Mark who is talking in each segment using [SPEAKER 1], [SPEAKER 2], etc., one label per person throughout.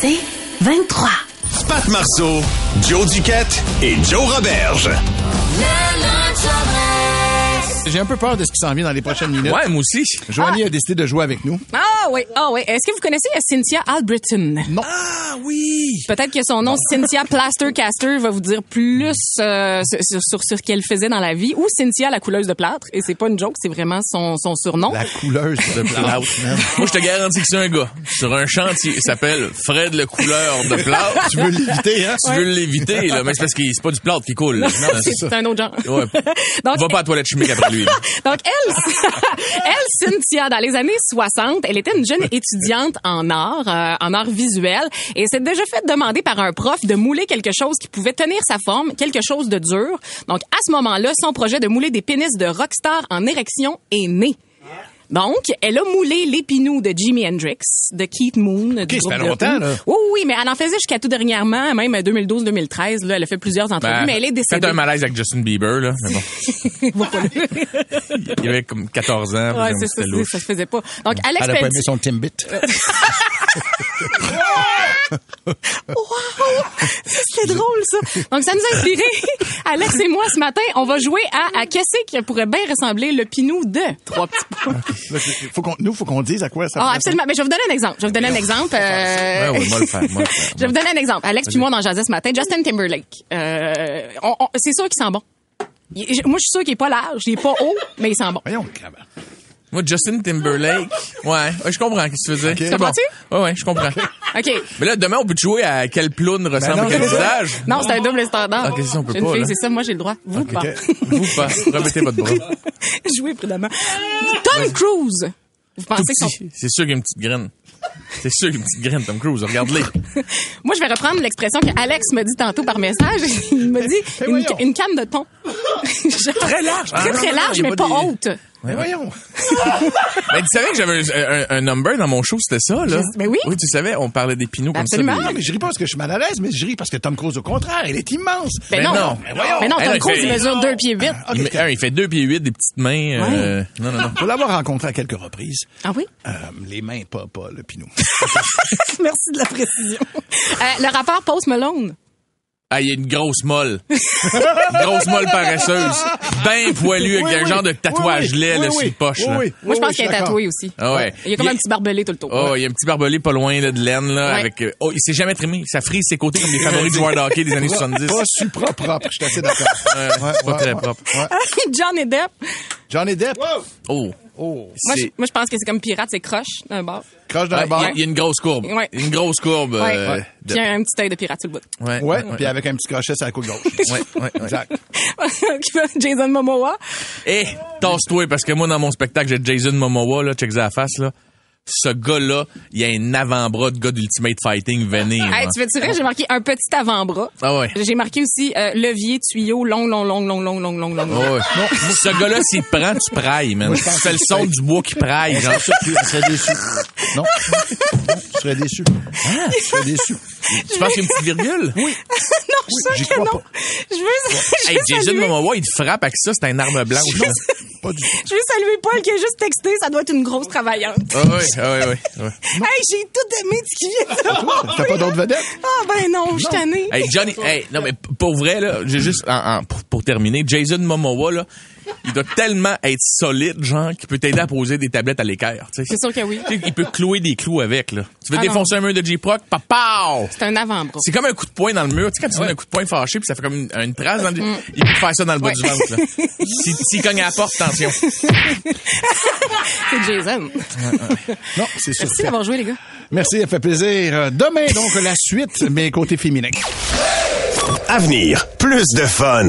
[SPEAKER 1] C'est 23.
[SPEAKER 2] Pat Marceau, Joe Duquette et Joe Roberge.
[SPEAKER 3] J'ai un peu peur de ce qui s'en vient dans les prochaines minutes.
[SPEAKER 4] Ouais, moi aussi.
[SPEAKER 3] Joanie a décidé de jouer avec nous.
[SPEAKER 5] Ah oui, ah oui. Est-ce que vous connaissez Cynthia Albritton?
[SPEAKER 3] Non.
[SPEAKER 4] Ah oui!
[SPEAKER 5] Peut-être que son nom, Cynthia Plastercaster, va vous dire plus euh, sur, sur, sur ce qu'elle faisait dans la vie. Ou Cynthia la couleuse de plâtre. Et c'est pas une joke, c'est vraiment son, son surnom.
[SPEAKER 3] La couleuse de plâtre.
[SPEAKER 4] moi, je te garantis que c'est un gars sur un chantier il s'appelle Fred le couleur de plâtre.
[SPEAKER 3] tu veux l'éviter, hein?
[SPEAKER 4] Tu veux l'éviter, là. Mais c'est parce que c'est pas du plâtre qui coule. là. Non,
[SPEAKER 5] C'est un autre genre.
[SPEAKER 4] Ouais.
[SPEAKER 5] Donc,
[SPEAKER 4] Va pas à la toilette chimique après lui. là.
[SPEAKER 5] Donc, elle, elle, Cynthia, dans les années 60, elle était une jeune étudiante en art, euh, en art visuel, et s'est déjà fait demander par un prof de mouler quelque chose qui pouvait tenir sa forme, quelque chose de dur. Donc, à ce moment-là, son projet de mouler des pénis de rockstar en érection est né. Donc, elle a moulé l'épinou de Jimi Hendrix, de Keith Moon. du
[SPEAKER 3] ça
[SPEAKER 5] groupe
[SPEAKER 3] fait
[SPEAKER 5] de
[SPEAKER 3] longtemps,
[SPEAKER 5] Who.
[SPEAKER 3] là.
[SPEAKER 5] Oui, oui, mais elle en faisait jusqu'à tout dernièrement, même 2012-2013. Là, elle a fait plusieurs entrevues,
[SPEAKER 4] Ben,
[SPEAKER 5] mais elle est
[SPEAKER 4] Faites
[SPEAKER 5] décédée.
[SPEAKER 4] un malaise avec Justin Bieber, là. Mais bon. Il avait comme 14 ans.
[SPEAKER 5] Ouais,
[SPEAKER 4] puis
[SPEAKER 5] c'est ça,
[SPEAKER 4] c'était
[SPEAKER 5] c'est-
[SPEAKER 4] louche.
[SPEAKER 5] ça se faisait pas. Donc, Alex
[SPEAKER 3] Elle a pas
[SPEAKER 5] Pelletier-
[SPEAKER 3] aimé son Timbit.
[SPEAKER 5] Wow! C'était drôle, ça. Donc, ça nous a inspiré. Alex et moi, ce matin, on va jouer à, à qu'est-ce qui pourrait bien ressembler le pinou de trois petits points.
[SPEAKER 4] Ah,
[SPEAKER 3] Faut qu'on, nous, faut qu'on dise à quoi ça
[SPEAKER 5] Ah,
[SPEAKER 3] ressemble.
[SPEAKER 5] absolument. Mais je vais vous donner un exemple. Je vais vous donner un exemple. euh,
[SPEAKER 4] Ouais, ouais, moi le faire, moi le faire.
[SPEAKER 5] je vais vous donner un exemple. Alex puis moi, dans jasait ce matin, Justin Timberlake. Euh, on- on- c'est sûr qu'il sent bon. Il- je- moi, je suis sûr qu'il est pas large, il est pas haut, mais il sent bon.
[SPEAKER 3] Voyons.
[SPEAKER 4] Ah, ben. Moi, Justin Timberlake. Ouais, ouais, je comprends ce que tu veux dire. C'est bon.
[SPEAKER 5] Comprends-tu?
[SPEAKER 4] Ouais, ouais, je comprends.
[SPEAKER 5] OK.
[SPEAKER 4] Mais là, demain, on peut te jouer à quel ploune ressemble
[SPEAKER 3] Ben non,
[SPEAKER 4] à quel
[SPEAKER 3] c'est ça.
[SPEAKER 4] visage.
[SPEAKER 5] Non, c'est un double standard.
[SPEAKER 4] Ok, ça, on peut
[SPEAKER 5] J'ai une
[SPEAKER 4] pas,
[SPEAKER 5] fille,
[SPEAKER 4] là.
[SPEAKER 5] c'est ça. Moi, j'ai le droit. Vous, pas.
[SPEAKER 4] Vous pas. Remettez votre bras.
[SPEAKER 5] Jouez prudemment. Tom Cruise. Vous pensez
[SPEAKER 4] Tout
[SPEAKER 5] que son-
[SPEAKER 4] petit. C'est sûr qu'il y a une petite graine. C'est sûr qu'il y a une petite graine, Tom Cruise. Regarde-les. Ben,
[SPEAKER 5] Moi, je vais reprendre l'expression que Alex me dit tantôt par message. Il me dit
[SPEAKER 4] Ben
[SPEAKER 5] une,
[SPEAKER 3] voyons.
[SPEAKER 5] une canne de thon. très large.
[SPEAKER 4] Ah,
[SPEAKER 5] Très,
[SPEAKER 4] non,
[SPEAKER 5] très
[SPEAKER 4] non,
[SPEAKER 5] large,
[SPEAKER 4] il y a
[SPEAKER 5] mais
[SPEAKER 4] pas
[SPEAKER 5] pas
[SPEAKER 4] des-
[SPEAKER 5] haute.
[SPEAKER 3] Mais voyons.
[SPEAKER 4] Ben, tu savais que j'avais un, un, un number dans mon show, c'était ça, là?
[SPEAKER 5] Je- ben oui.
[SPEAKER 4] Oui, tu savais, on parlait des pinots comme ça.
[SPEAKER 5] Absolument.
[SPEAKER 4] des-
[SPEAKER 3] Non, mais je ris pas parce que je suis mal à l'aise, mais je ris parce que Tom Cruise, au contraire, il est immense.
[SPEAKER 5] Ben non.
[SPEAKER 4] non, mais
[SPEAKER 5] Mais non,
[SPEAKER 4] voyons. Eh
[SPEAKER 5] Tom
[SPEAKER 4] non,
[SPEAKER 5] Cruise, il
[SPEAKER 4] mais-
[SPEAKER 5] mesure deux pieds vite.
[SPEAKER 4] Ah, Il, met- un, il fait deux pieds huit, des petites mains. euh, Non, non, non.
[SPEAKER 3] Pour l'avoir rencontré à quelques reprises,
[SPEAKER 5] Ah oui?
[SPEAKER 3] euh, les mains, pas, pas le pinou.
[SPEAKER 5] Merci de la précision. Euh, le rapport Post Malone.
[SPEAKER 4] Ah, il y a une grosse molle. une grosse molle paresseuse. Ben poilue avec
[SPEAKER 3] Oui,
[SPEAKER 4] un
[SPEAKER 3] oui.
[SPEAKER 4] genre de tatouage
[SPEAKER 3] Oui, oui.
[SPEAKER 4] laid, là,
[SPEAKER 3] Oui,
[SPEAKER 4] sur
[SPEAKER 3] oui.
[SPEAKER 4] le poche,
[SPEAKER 3] Oui,
[SPEAKER 4] là.
[SPEAKER 3] oui.
[SPEAKER 5] Moi, je
[SPEAKER 3] Oui,
[SPEAKER 5] pense
[SPEAKER 3] oui,
[SPEAKER 5] qu'il est
[SPEAKER 3] d'accord.
[SPEAKER 5] tatoué aussi.
[SPEAKER 4] Ah ouais.
[SPEAKER 5] Il y a comme
[SPEAKER 4] Il-
[SPEAKER 5] un petit barbelé tout le tour.
[SPEAKER 4] Oh, il y a un petit barbelé pas loin là, de laine, là,
[SPEAKER 5] Ouais.
[SPEAKER 4] avec. euh, Oh, il s'est jamais trimé. Ça frise ses côtés comme les favoris du joueur de hockey des années 70.
[SPEAKER 3] Pas supra propre, je suis assez d'accord.
[SPEAKER 4] Euh, pas
[SPEAKER 3] ouais,
[SPEAKER 4] très
[SPEAKER 3] ouais.
[SPEAKER 4] propre.
[SPEAKER 5] John et Depp.
[SPEAKER 3] J'en ai Depp.
[SPEAKER 4] Oh.
[SPEAKER 3] Oh.
[SPEAKER 5] Moi, je,
[SPEAKER 4] C'est-
[SPEAKER 5] moi, je pense que c'est comme pirate, c'est croche d'un bord.
[SPEAKER 3] Croche dans
[SPEAKER 4] Ah,
[SPEAKER 3] la
[SPEAKER 4] Il y a-
[SPEAKER 3] barre.
[SPEAKER 4] il y a une grosse courbe.
[SPEAKER 5] Ouais.
[SPEAKER 4] Une grosse courbe.
[SPEAKER 5] Ouais.
[SPEAKER 4] euh,
[SPEAKER 5] Ouais.
[SPEAKER 4] de-
[SPEAKER 5] Puis un petit œil de pirate sur le bout.
[SPEAKER 4] Ouais,
[SPEAKER 3] Ouais,
[SPEAKER 4] ouais,
[SPEAKER 3] puis
[SPEAKER 4] ouais.
[SPEAKER 3] avec un petit crochet sur la coupe gauche.
[SPEAKER 4] Ouais, ouais, ouais.
[SPEAKER 3] Exact.
[SPEAKER 5] Jason Momoa.
[SPEAKER 4] Eh, tasse-toi, parce que moi, dans mon spectacle, j'ai Jason Momoa, là, check ça à la face, là. Ce gars-là, il a un avant-bras de gars d'Ultimate Fighting venir. hein.
[SPEAKER 5] Hey, tu veux tirer? J'ai marqué un petit avant-bras.
[SPEAKER 4] Ah ouais.
[SPEAKER 5] J'ai marqué aussi euh, levier, tuyau, long, long, long, long, long, long, long, long.
[SPEAKER 4] Oh, ouais. Ce gars-là, s'il te prend, tu prailles, man. Tu
[SPEAKER 3] pense
[SPEAKER 4] fais
[SPEAKER 3] que
[SPEAKER 4] le
[SPEAKER 3] c'est
[SPEAKER 4] son
[SPEAKER 3] fake.
[SPEAKER 4] du bois qui praille, genre.
[SPEAKER 3] J'en suis sûr, tu serais déçu. Non. Non, Tu serais déçu. Ah, tu serais déçu.
[SPEAKER 4] Tu penses qu'il y a une petite virgule? Oui.
[SPEAKER 5] non, je suis
[SPEAKER 4] Oh,
[SPEAKER 3] Oui, j'y
[SPEAKER 5] sûre que
[SPEAKER 3] crois
[SPEAKER 5] non.
[SPEAKER 3] pas.
[SPEAKER 5] Je veux, je,
[SPEAKER 4] Hey,
[SPEAKER 5] veux
[SPEAKER 4] Jason
[SPEAKER 5] saluer,
[SPEAKER 4] Momoa, il te frappe avec ça, c'est un arme blanche. hein. là.
[SPEAKER 3] Pas du tout.
[SPEAKER 5] je veux saluer Paul qui a juste texté. Ça doit être une grosse travaillante.
[SPEAKER 4] Ah ouais, ah ouais, ouais. ouais.
[SPEAKER 5] Hey, j'ai tout aimé de ce qui vient de
[SPEAKER 3] T'as pas d'autres vedettes?
[SPEAKER 5] Ah ben non, je suis tannée.
[SPEAKER 4] Hey, Johnny, hey, non, mais p- pour vrai, là, j'ai juste, en- en- pour, pour terminer, Jason Momoa, là, il doit tellement être solide, genre, qu'il peut t'aider à poser des tablettes à l'équerre, tu sais.
[SPEAKER 5] C'est sûr que oui.
[SPEAKER 4] Tu sais, Il peut clouer des clous avec, là. Tu veux
[SPEAKER 5] Ah
[SPEAKER 4] défoncer un mur de J-Proc, papaw!
[SPEAKER 5] C'est un avant-bras.
[SPEAKER 4] C'est comme un coup de poing dans le mur. Tu sais, quand tu donnes un coup de poing fâché, puis ça fait comme une, une trace dans le... Il peut te faire ça dans le bas
[SPEAKER 5] Mm.
[SPEAKER 4] du
[SPEAKER 5] Ouais.
[SPEAKER 4] ventre, là. S'il s'il cogne à la porte, attention.
[SPEAKER 5] C'est Jason.
[SPEAKER 3] Non, c'est sûr.
[SPEAKER 5] Merci d'avoir joué, les gars.
[SPEAKER 3] Merci, ça fait plaisir. Euh, Demain, donc, la suite, mais côté féminin.
[SPEAKER 2] Avenir, plus de fun.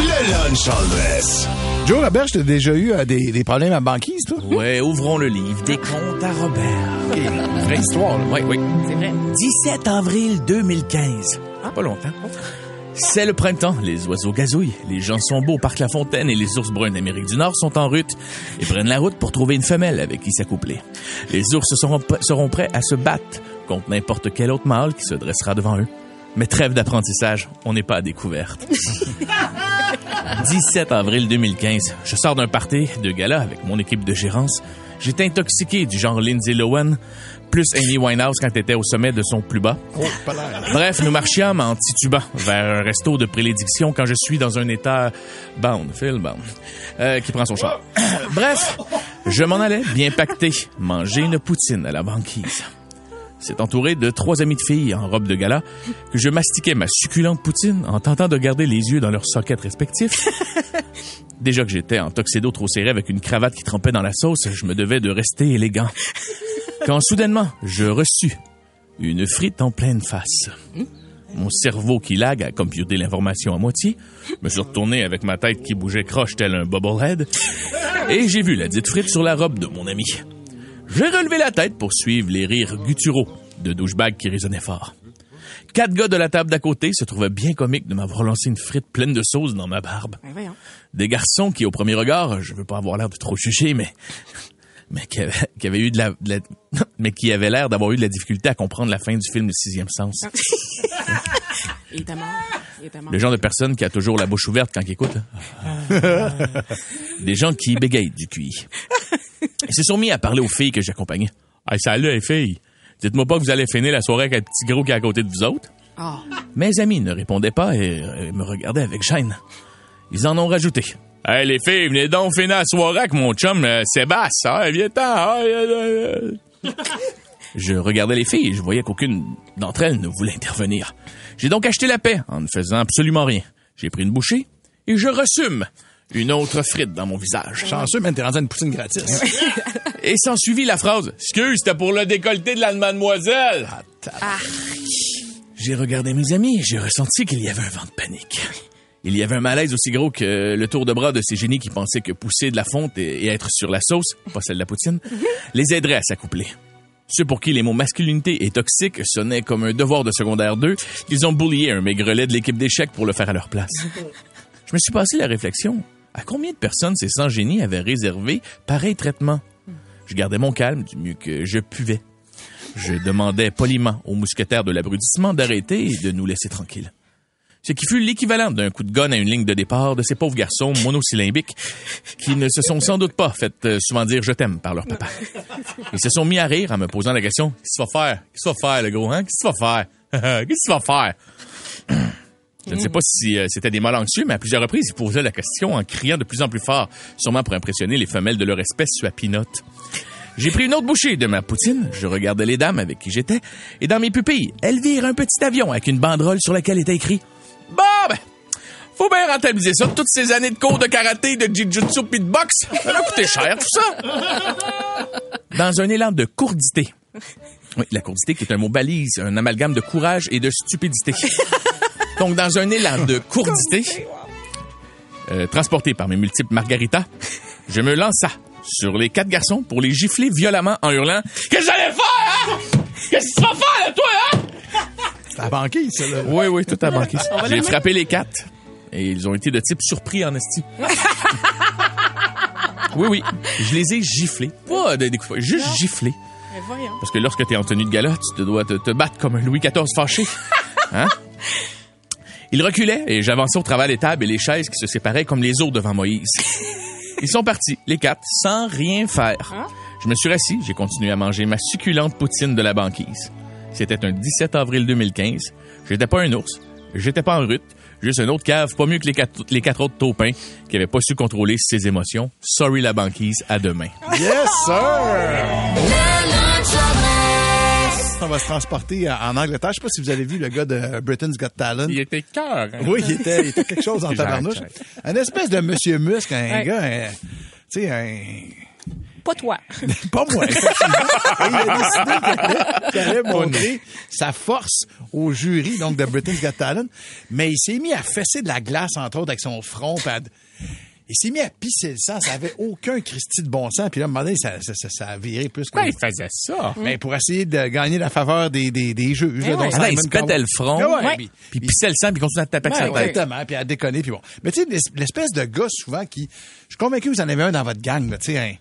[SPEAKER 2] Le lunch all dress.
[SPEAKER 3] Joe Robert, t'ai déjà eu euh, des, des problèmes à banquise, toi?
[SPEAKER 4] Ouais, ouvrons le livre des comptes à Robert.
[SPEAKER 3] Vraie histoire, là.
[SPEAKER 4] Oui, oui.
[SPEAKER 5] C'est vrai. Ah.
[SPEAKER 4] 17 avril 2015. Pas longtemps. C'est le printemps, les oiseaux gazouillent, les gens sont beaux au parc La Fontaine et les ours bruns d'Amérique du Nord sont en rute et prennent la route pour trouver une femelle avec qui s'accoupler. Les ours seront, pr- seront prêts à se battre contre n'importe quel autre mâle qui se dressera devant eux. Mais trêve d'apprentissage, on n'est pas à découverte. 17 avril 2015, je sors d'un party de gala avec mon équipe de gérance. J'étais intoxiqué du genre Lindsay Lohan, plus Amy Winehouse quand elle était au sommet de son plus bas. Bref, nous marchions en titubant vers un resto de prélédiction quand je suis dans un état bound, Phil bound, euh, qui prend son char. Bref, je m'en allais, bien pacté, manger une poutine à la banquise. C'est entouré de trois amis de filles en robe de gala que je mastiquais ma succulente poutine en tentant de garder les yeux dans leurs sockets respectifs. Déjà que j'étais en tuxedo trop serré avec une cravate qui trempait dans la sauce, je me devais de rester élégant. Quand soudainement, je reçus une frite en pleine face. Mon cerveau qui lag a computé l'information à moitié, me suis retourné avec ma tête qui bougeait croche tel un bobblehead, et j'ai vu la dite frite sur la robe de mon ami. J'ai relevé la tête pour suivre les rires gutturaux de douchebags qui résonnaient fort. Quatre gars de la table d'à côté se trouvaient bien comiques de m'avoir lancé une frite pleine de sauce dans ma barbe.
[SPEAKER 5] Ben voyons.
[SPEAKER 4] Des garçons qui, au premier regard, je veux pas avoir l'air de trop juger, mais mais qui avaient, qui avaient eu de la, de la- mais qui avaient l'air d'avoir eu de la difficulté à comprendre la fin du film Le Sixième Sens.
[SPEAKER 5] Il était mort. Il était mort.
[SPEAKER 4] Le genre de personne qui a toujours la bouche ouverte quand il écoute. Des gens qui bégayent du QI. Ils se sont mis à parler aux filles que j'accompagnais. Hey, salut les filles. Dites-moi pas que vous allez finir la soirée avec un petit gros qui est à côté de vous autres.
[SPEAKER 5] Ah.
[SPEAKER 4] Mes amis ne répondaient pas et, et me regardaient avec gêne. Ils en ont rajouté. Hey, les filles, venez donc finir la soirée avec mon chum euh, Sébastien. Hey, viens-t'en. Hey, euh, euh, euh. Je regardais les filles et je voyais qu'aucune d'entre elles ne voulait intervenir. J'ai donc acheté la paix en ne faisant absolument rien. J'ai pris une bouchée et je ressume une autre frite dans mon visage.
[SPEAKER 3] Chanceux, man, t'es rendu à une poutine gratis.
[SPEAKER 4] Et s'ensuivit la phrase Excuse, c'était pour le décolleté de la mademoiselle.
[SPEAKER 3] Ah,
[SPEAKER 4] J'ai regardé mes amis et j'ai ressenti qu'il y avait un vent de panique. Il y avait un malaise aussi gros que le tour de bras de ces génies qui pensaient que pousser de la fonte et, et être sur la sauce, pas celle de la poutine, les aiderait à s'accoupler. Ceux pour qui les mots masculinité et toxique sonnaient comme un devoir de secondaire 2, ils ont boulié un maigrelet de l'équipe d'échecs pour le faire à leur place. Je me suis passé la réflexion. À combien de personnes ces 100 génies avaient réservé pareil traitement? Je gardais mon calme du mieux que je pouvais. Je demandais poliment aux mousquetaires de l'abrutissement d'arrêter et de nous laisser tranquilles. Ce qui fut l'équivalent d'un coup de gonne à une ligne de départ de ces pauvres garçons monosyllabiques qui ne se sont sans doute pas fait euh, souvent dire je t'aime par leur papa. Ils se sont mis à rire en me posant la question Qu'est-ce qu'il va faire Qu'est-ce qu'il va faire, le gros, hein Qu'est-ce qu'il va faire Qu'est-ce qu'il va faire je ne sais pas si euh, c'était des mâles anxieux, mais à plusieurs reprises, ils posaient la question en criant de plus en plus fort, sûrement pour impressionner les femelles de leur espèce suapinote. J'ai pris une autre bouchée de ma poutine, je regardais les dames avec qui j'étais, et dans mes pupilles, elles virent un petit avion avec une banderole sur laquelle était écrit « Bon, ben, faut bien rentabiliser ça, toutes ces années de cours de karaté, de jiu-jitsu puis de boxe, ça a coûté cher, tout ça! » Dans un élan de courdité. Oui, la courdité qui est un mot balise, un amalgame de courage et de stupidité. Donc, dans un élan de courdité, euh, transporté par mes multiples margaritas, je me lança sur les quatre garçons pour les gifler violemment en hurlant « Qu'est-ce que j'allais faire, hein? Qu'est-ce que tu vas faire, là, toi, hein?
[SPEAKER 3] C'est la banquise, ça, là. »
[SPEAKER 4] Oui, oui, tout à banqué. J'ai frappé les quatre et ils ont été de type surpris en esti. oui, oui, je les ai giflés. Pas de des coups de poing, juste giflés.
[SPEAKER 5] Ben voyons.
[SPEAKER 4] Parce que lorsque t'es en tenue de gala, tu te dois te, te battre comme un Louis XIV fâché. Hein? Ils reculaient et j'avançais au travers des tables et les chaises qui se séparaient comme les os devant Moïse. Ils sont partis, les quatre, sans Hein? rien faire. Je me suis rassis, j'ai continué à manger ma succulente poutine de la banquise. C'était un 17 avril 2015. J'étais pas un ours. J'étais pas en rut. Juste un autre cave, pas mieux que les quatre, les quatre autres taupins qui avaient pas su contrôler ses émotions. Sorry la banquise, à demain.
[SPEAKER 6] Yes, sir! On va se transporter euh, en Angleterre. Je sais pas si vous avez vu le gars de Britain's Got Talent.
[SPEAKER 4] Il était cœur. hein?
[SPEAKER 6] Oui, il était, il était quelque chose en
[SPEAKER 4] J'arrête,
[SPEAKER 6] tabarnouche.
[SPEAKER 4] j'arrête.
[SPEAKER 6] Un espèce de monsieur Musk, un
[SPEAKER 5] Ouais.
[SPEAKER 6] gars, un- tu sais, un...
[SPEAKER 5] Pas toi.
[SPEAKER 6] Pas moi. effectivement. Et il a décidé qu'il allait- qu'il allait montrer sa force au jury donc de Britain's Got Talent, mais il s'est mis à fesser de la glace entre autres avec son front. puis à- Il s'est mis à pisser le sang. Ça avait aucun Christy de bon sens. Puis là, à un moment donné, ça, ça, ça- ça a viré plus que.
[SPEAKER 4] Pourquoi il faisait ça?
[SPEAKER 6] Mais Ben, pour essayer de gagner la faveur des, des, des juges. là,
[SPEAKER 5] ouais.
[SPEAKER 6] donc
[SPEAKER 4] Ah,
[SPEAKER 6] c'était
[SPEAKER 4] il
[SPEAKER 6] même
[SPEAKER 4] se pétait
[SPEAKER 6] combat.
[SPEAKER 4] le front,
[SPEAKER 6] Mais ouais,
[SPEAKER 5] Ouais.
[SPEAKER 6] puis-
[SPEAKER 4] puis il pissait le sang, puis il continuait à taper avec
[SPEAKER 6] Ouais,
[SPEAKER 4] sa tête.
[SPEAKER 6] Exactement, puis à déconner, puis bon. Mais tu sais, l'es- l'espèce de gars souvent qui... Je suis convaincu que vous en avez un dans votre gang, là, tu sais, un,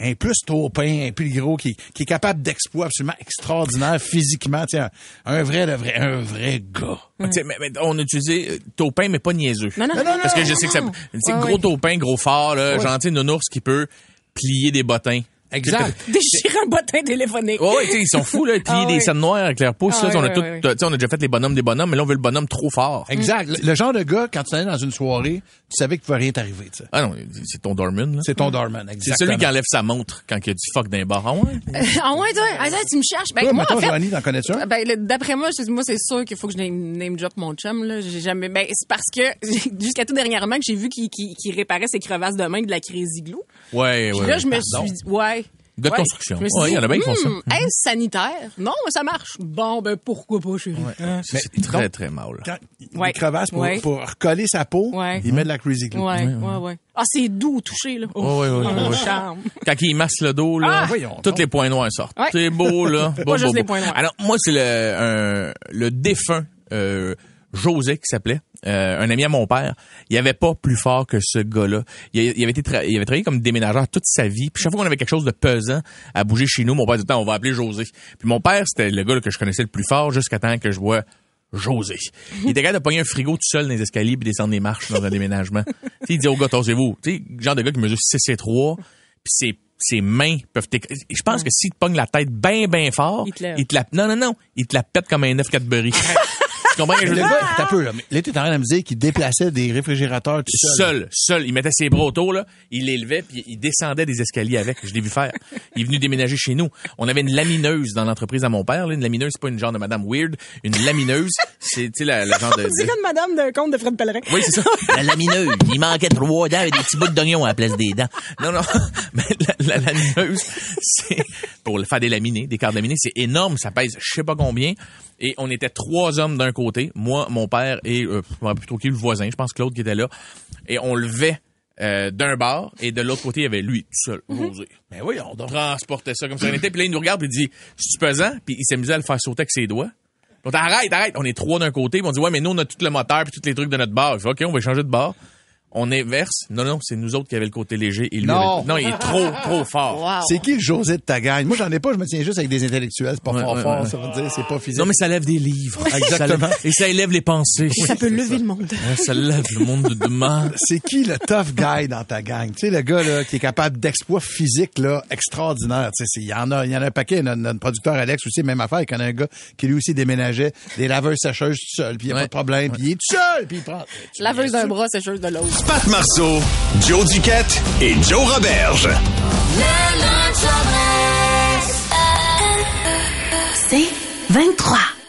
[SPEAKER 6] un plus taupin, un plus gros, qui, qui est capable d'exploits absolument extraordinaires physiquement, tu sais, un, un vrai, de vrai, un vrai gars.
[SPEAKER 4] Tu sais, mais, mais on a utilisé euh, taupin, mais pas niaiseux.
[SPEAKER 5] Non, non, non, non,
[SPEAKER 4] Parce que
[SPEAKER 5] non,
[SPEAKER 4] je sais que ça.
[SPEAKER 5] non.
[SPEAKER 4] tu sais,
[SPEAKER 5] Ouais,
[SPEAKER 4] gros
[SPEAKER 5] ouais.
[SPEAKER 4] taupin, gros fort, là, gentil nounours qui peut plier des bottins.
[SPEAKER 6] Exact.
[SPEAKER 5] Déchire un bottin téléphonique.
[SPEAKER 4] Ouais, ouais, tu sais, ils sont fous, là, plier
[SPEAKER 5] Ah,
[SPEAKER 4] des
[SPEAKER 5] ouais.
[SPEAKER 4] scènes noires avec leur pouce.
[SPEAKER 5] Ah,
[SPEAKER 4] là, on, a
[SPEAKER 5] ouais,
[SPEAKER 4] tout,
[SPEAKER 5] ouais,
[SPEAKER 4] tu sais, on a déjà fait les bonhommes des bonhommes, mais là, on veut le bonhomme trop fort.
[SPEAKER 6] Exact.
[SPEAKER 4] Mm.
[SPEAKER 6] Le, le genre de gars, quand tu allais dans une soirée, tu savais qu'il pouvait rien t'arriver, tu sais.
[SPEAKER 4] Ah non, c'est ton Dorman, là.
[SPEAKER 6] C'est ton Dorman, exactement.
[SPEAKER 4] Mm. C'est celui qui enlève sa montre quand il y a du fuck d'un bar. Ah ouais?
[SPEAKER 5] Ah ouais, toi, ah, ça, tu me cherches. Ben,
[SPEAKER 6] Toi,
[SPEAKER 5] moi,
[SPEAKER 6] mettons,
[SPEAKER 5] en fait,
[SPEAKER 6] Joanie, t'en connais-tu un?
[SPEAKER 5] Ben, le- d'après moi, je- moi, c'est sûr qu'il faut que je name, name drop mon chum, là. J'ai jamais, ben, c'est parce que, jusqu'à tout dernièrement, que j'ai vu qu'il, qu'il, qu'il réparait ses crevasses de main de la crise igloo.
[SPEAKER 4] Ouais, ouais.
[SPEAKER 5] Puis là,
[SPEAKER 4] ouais.
[SPEAKER 5] je me
[SPEAKER 4] Pardon.
[SPEAKER 5] suis dit, ouais.
[SPEAKER 4] De
[SPEAKER 5] ouais.
[SPEAKER 4] construction.
[SPEAKER 5] Je me suis
[SPEAKER 4] Ouais,
[SPEAKER 5] dit,
[SPEAKER 4] il y en a bien qui font ça.
[SPEAKER 5] hmm, est-ce sanitaire? Non, ça marche. Bon, ben, pourquoi pas, chérie?
[SPEAKER 4] Ah,
[SPEAKER 5] Hein?
[SPEAKER 4] C'est
[SPEAKER 6] Mais-
[SPEAKER 4] très,
[SPEAKER 6] donc-
[SPEAKER 4] très mal.
[SPEAKER 6] Quand il
[SPEAKER 5] Ouais.
[SPEAKER 6] crevasse pour,
[SPEAKER 5] Ouais.
[SPEAKER 6] pour recoller sa peau,
[SPEAKER 5] Ouais.
[SPEAKER 6] il met de la crazy glue.
[SPEAKER 5] Ouais, ouais, ouais, Ah, c'est doux, touché, là. Oh,
[SPEAKER 4] Ouais, ouais, ouais, ouais, ouais.
[SPEAKER 5] charme.
[SPEAKER 4] Quand il masse le dos, là,
[SPEAKER 6] Ah! Voyons
[SPEAKER 4] tous
[SPEAKER 6] donc.
[SPEAKER 4] les points noirs sortent.
[SPEAKER 5] Ouais.
[SPEAKER 4] C'est beau, là. Bon,
[SPEAKER 5] Pas juste
[SPEAKER 4] bon,
[SPEAKER 5] les
[SPEAKER 4] bon.
[SPEAKER 5] points noirs.
[SPEAKER 4] Alors, moi, c'est le, un- le défunt euh, José qui s'appelait, euh, un ami à mon père. Il avait pas plus fort que ce gars-là. Il, a- il avait été tra- il avait travaillé comme déménageur toute sa vie. Puis chaque fois qu'on avait quelque chose de pesant à bouger chez nous, mon père disait, Attends, on va appeler José. Puis mon père, c'était le gars là, que je connaissais le plus fort jusqu'à temps que je vois José. Il était capable de pogner un frigo tout seul dans les escaliers puis descendre les marches dans un déménagement. Tu sais, il dit au gars, torsez-vous. Tu sais, le genre de gars qui mesure 6 et 3, puis ses, ses mains peuvent... t'éc- Je pense que s'il te pogne la tête bien, bien fort,
[SPEAKER 5] Il te lève.
[SPEAKER 4] la... Non, non, non, il te la pète comme un 9 Cadbury. tu comprends? ce que
[SPEAKER 6] Mais
[SPEAKER 4] je
[SPEAKER 6] Le
[SPEAKER 4] veux dire?
[SPEAKER 6] gars, t'as peu, là, mais là, t'es en train de me dire qu'il déplaçait des réfrigérateurs tout seul.
[SPEAKER 4] Seul, seul. Il mettait ses bras autour, là, il les levait, puis il descendait des escaliers avec. Je l'ai vu faire. Il est venu déménager chez nous. On avait une lamineuse dans l'entreprise à mon père. Là. Une lamineuse, c'est pas une genre de madame weird. Une lamineuse, c'est, tu sais, la, la genre de...
[SPEAKER 5] C'est
[SPEAKER 4] de-
[SPEAKER 5] comme madame d'un conte de Fred Pellerin.
[SPEAKER 4] Oui, c'est ça. La lamineuse. Il manquait trois dents et des petits bouts d'oignon à la place des dents. Non, non. Mais la, la lamineuse, c'est pour le faire des laminés, des cartes laminées, c'est énorme. Ça pèse je sais pas combien. Et on était trois hommes d'un côté. Moi, mon père et, euh, je me rappelle plus trop qui, le voisin. Je pense Claude qui était là. Et on levait. euh, d'un bar et de l'autre côté il y avait lui tout seul José
[SPEAKER 6] Mais oui, on dort.
[SPEAKER 4] transportait ça comme ça on était puis là il nous regarde puis il dit c'est pesant puis il s'amusait à le faire sauter avec ses doigts on dit, arrête, arrête. On est trois d'un côté. Ils vont dire, ouais, mais nous, on a tout le moteur puis tous les trucs de notre bar. Je dis, OK, on va changer de bar. On inverse. Non, non, c'est nous autres qui avions le côté léger. Et lui
[SPEAKER 6] Non.
[SPEAKER 4] avait- non, il est trop, trop fort.
[SPEAKER 5] Wow.
[SPEAKER 6] C'est qui le José de ta gang? Moi, j'en ai pas, je me tiens juste avec des intellectuels. C'est pas
[SPEAKER 4] Ouais,
[SPEAKER 6] fort,
[SPEAKER 4] ouais,
[SPEAKER 6] fort,
[SPEAKER 4] ouais.
[SPEAKER 6] ça veut dire, c'est pas physique.
[SPEAKER 4] Non, mais ça lève des livres.
[SPEAKER 6] Exactement.
[SPEAKER 4] Ça lève- et ça élève les pensées.
[SPEAKER 5] Ça peut lever le monde.
[SPEAKER 4] Ouais, Hein, ça lève le monde de demain.
[SPEAKER 6] C'est qui le tough guy dans ta gang? Tu sais, le gars, là, qui est capable d'exploits physiques, là, extraordinaires. Tu sais, c'est- il y en a, il y en a un paquet. Notre, notre producteur Alex aussi, même affaire. Il connaît un gars qui lui aussi déménageait des laveuses sécheuses tout seul, puis il y a
[SPEAKER 4] Ouais.
[SPEAKER 6] pas de problème, puis il est tout seul, puis il prend.
[SPEAKER 5] Laveuse d'un bras, sécheuse de l'autre.
[SPEAKER 2] Pat Marceau, Joe Duquette et Joe Roberge.
[SPEAKER 1] C'est 23.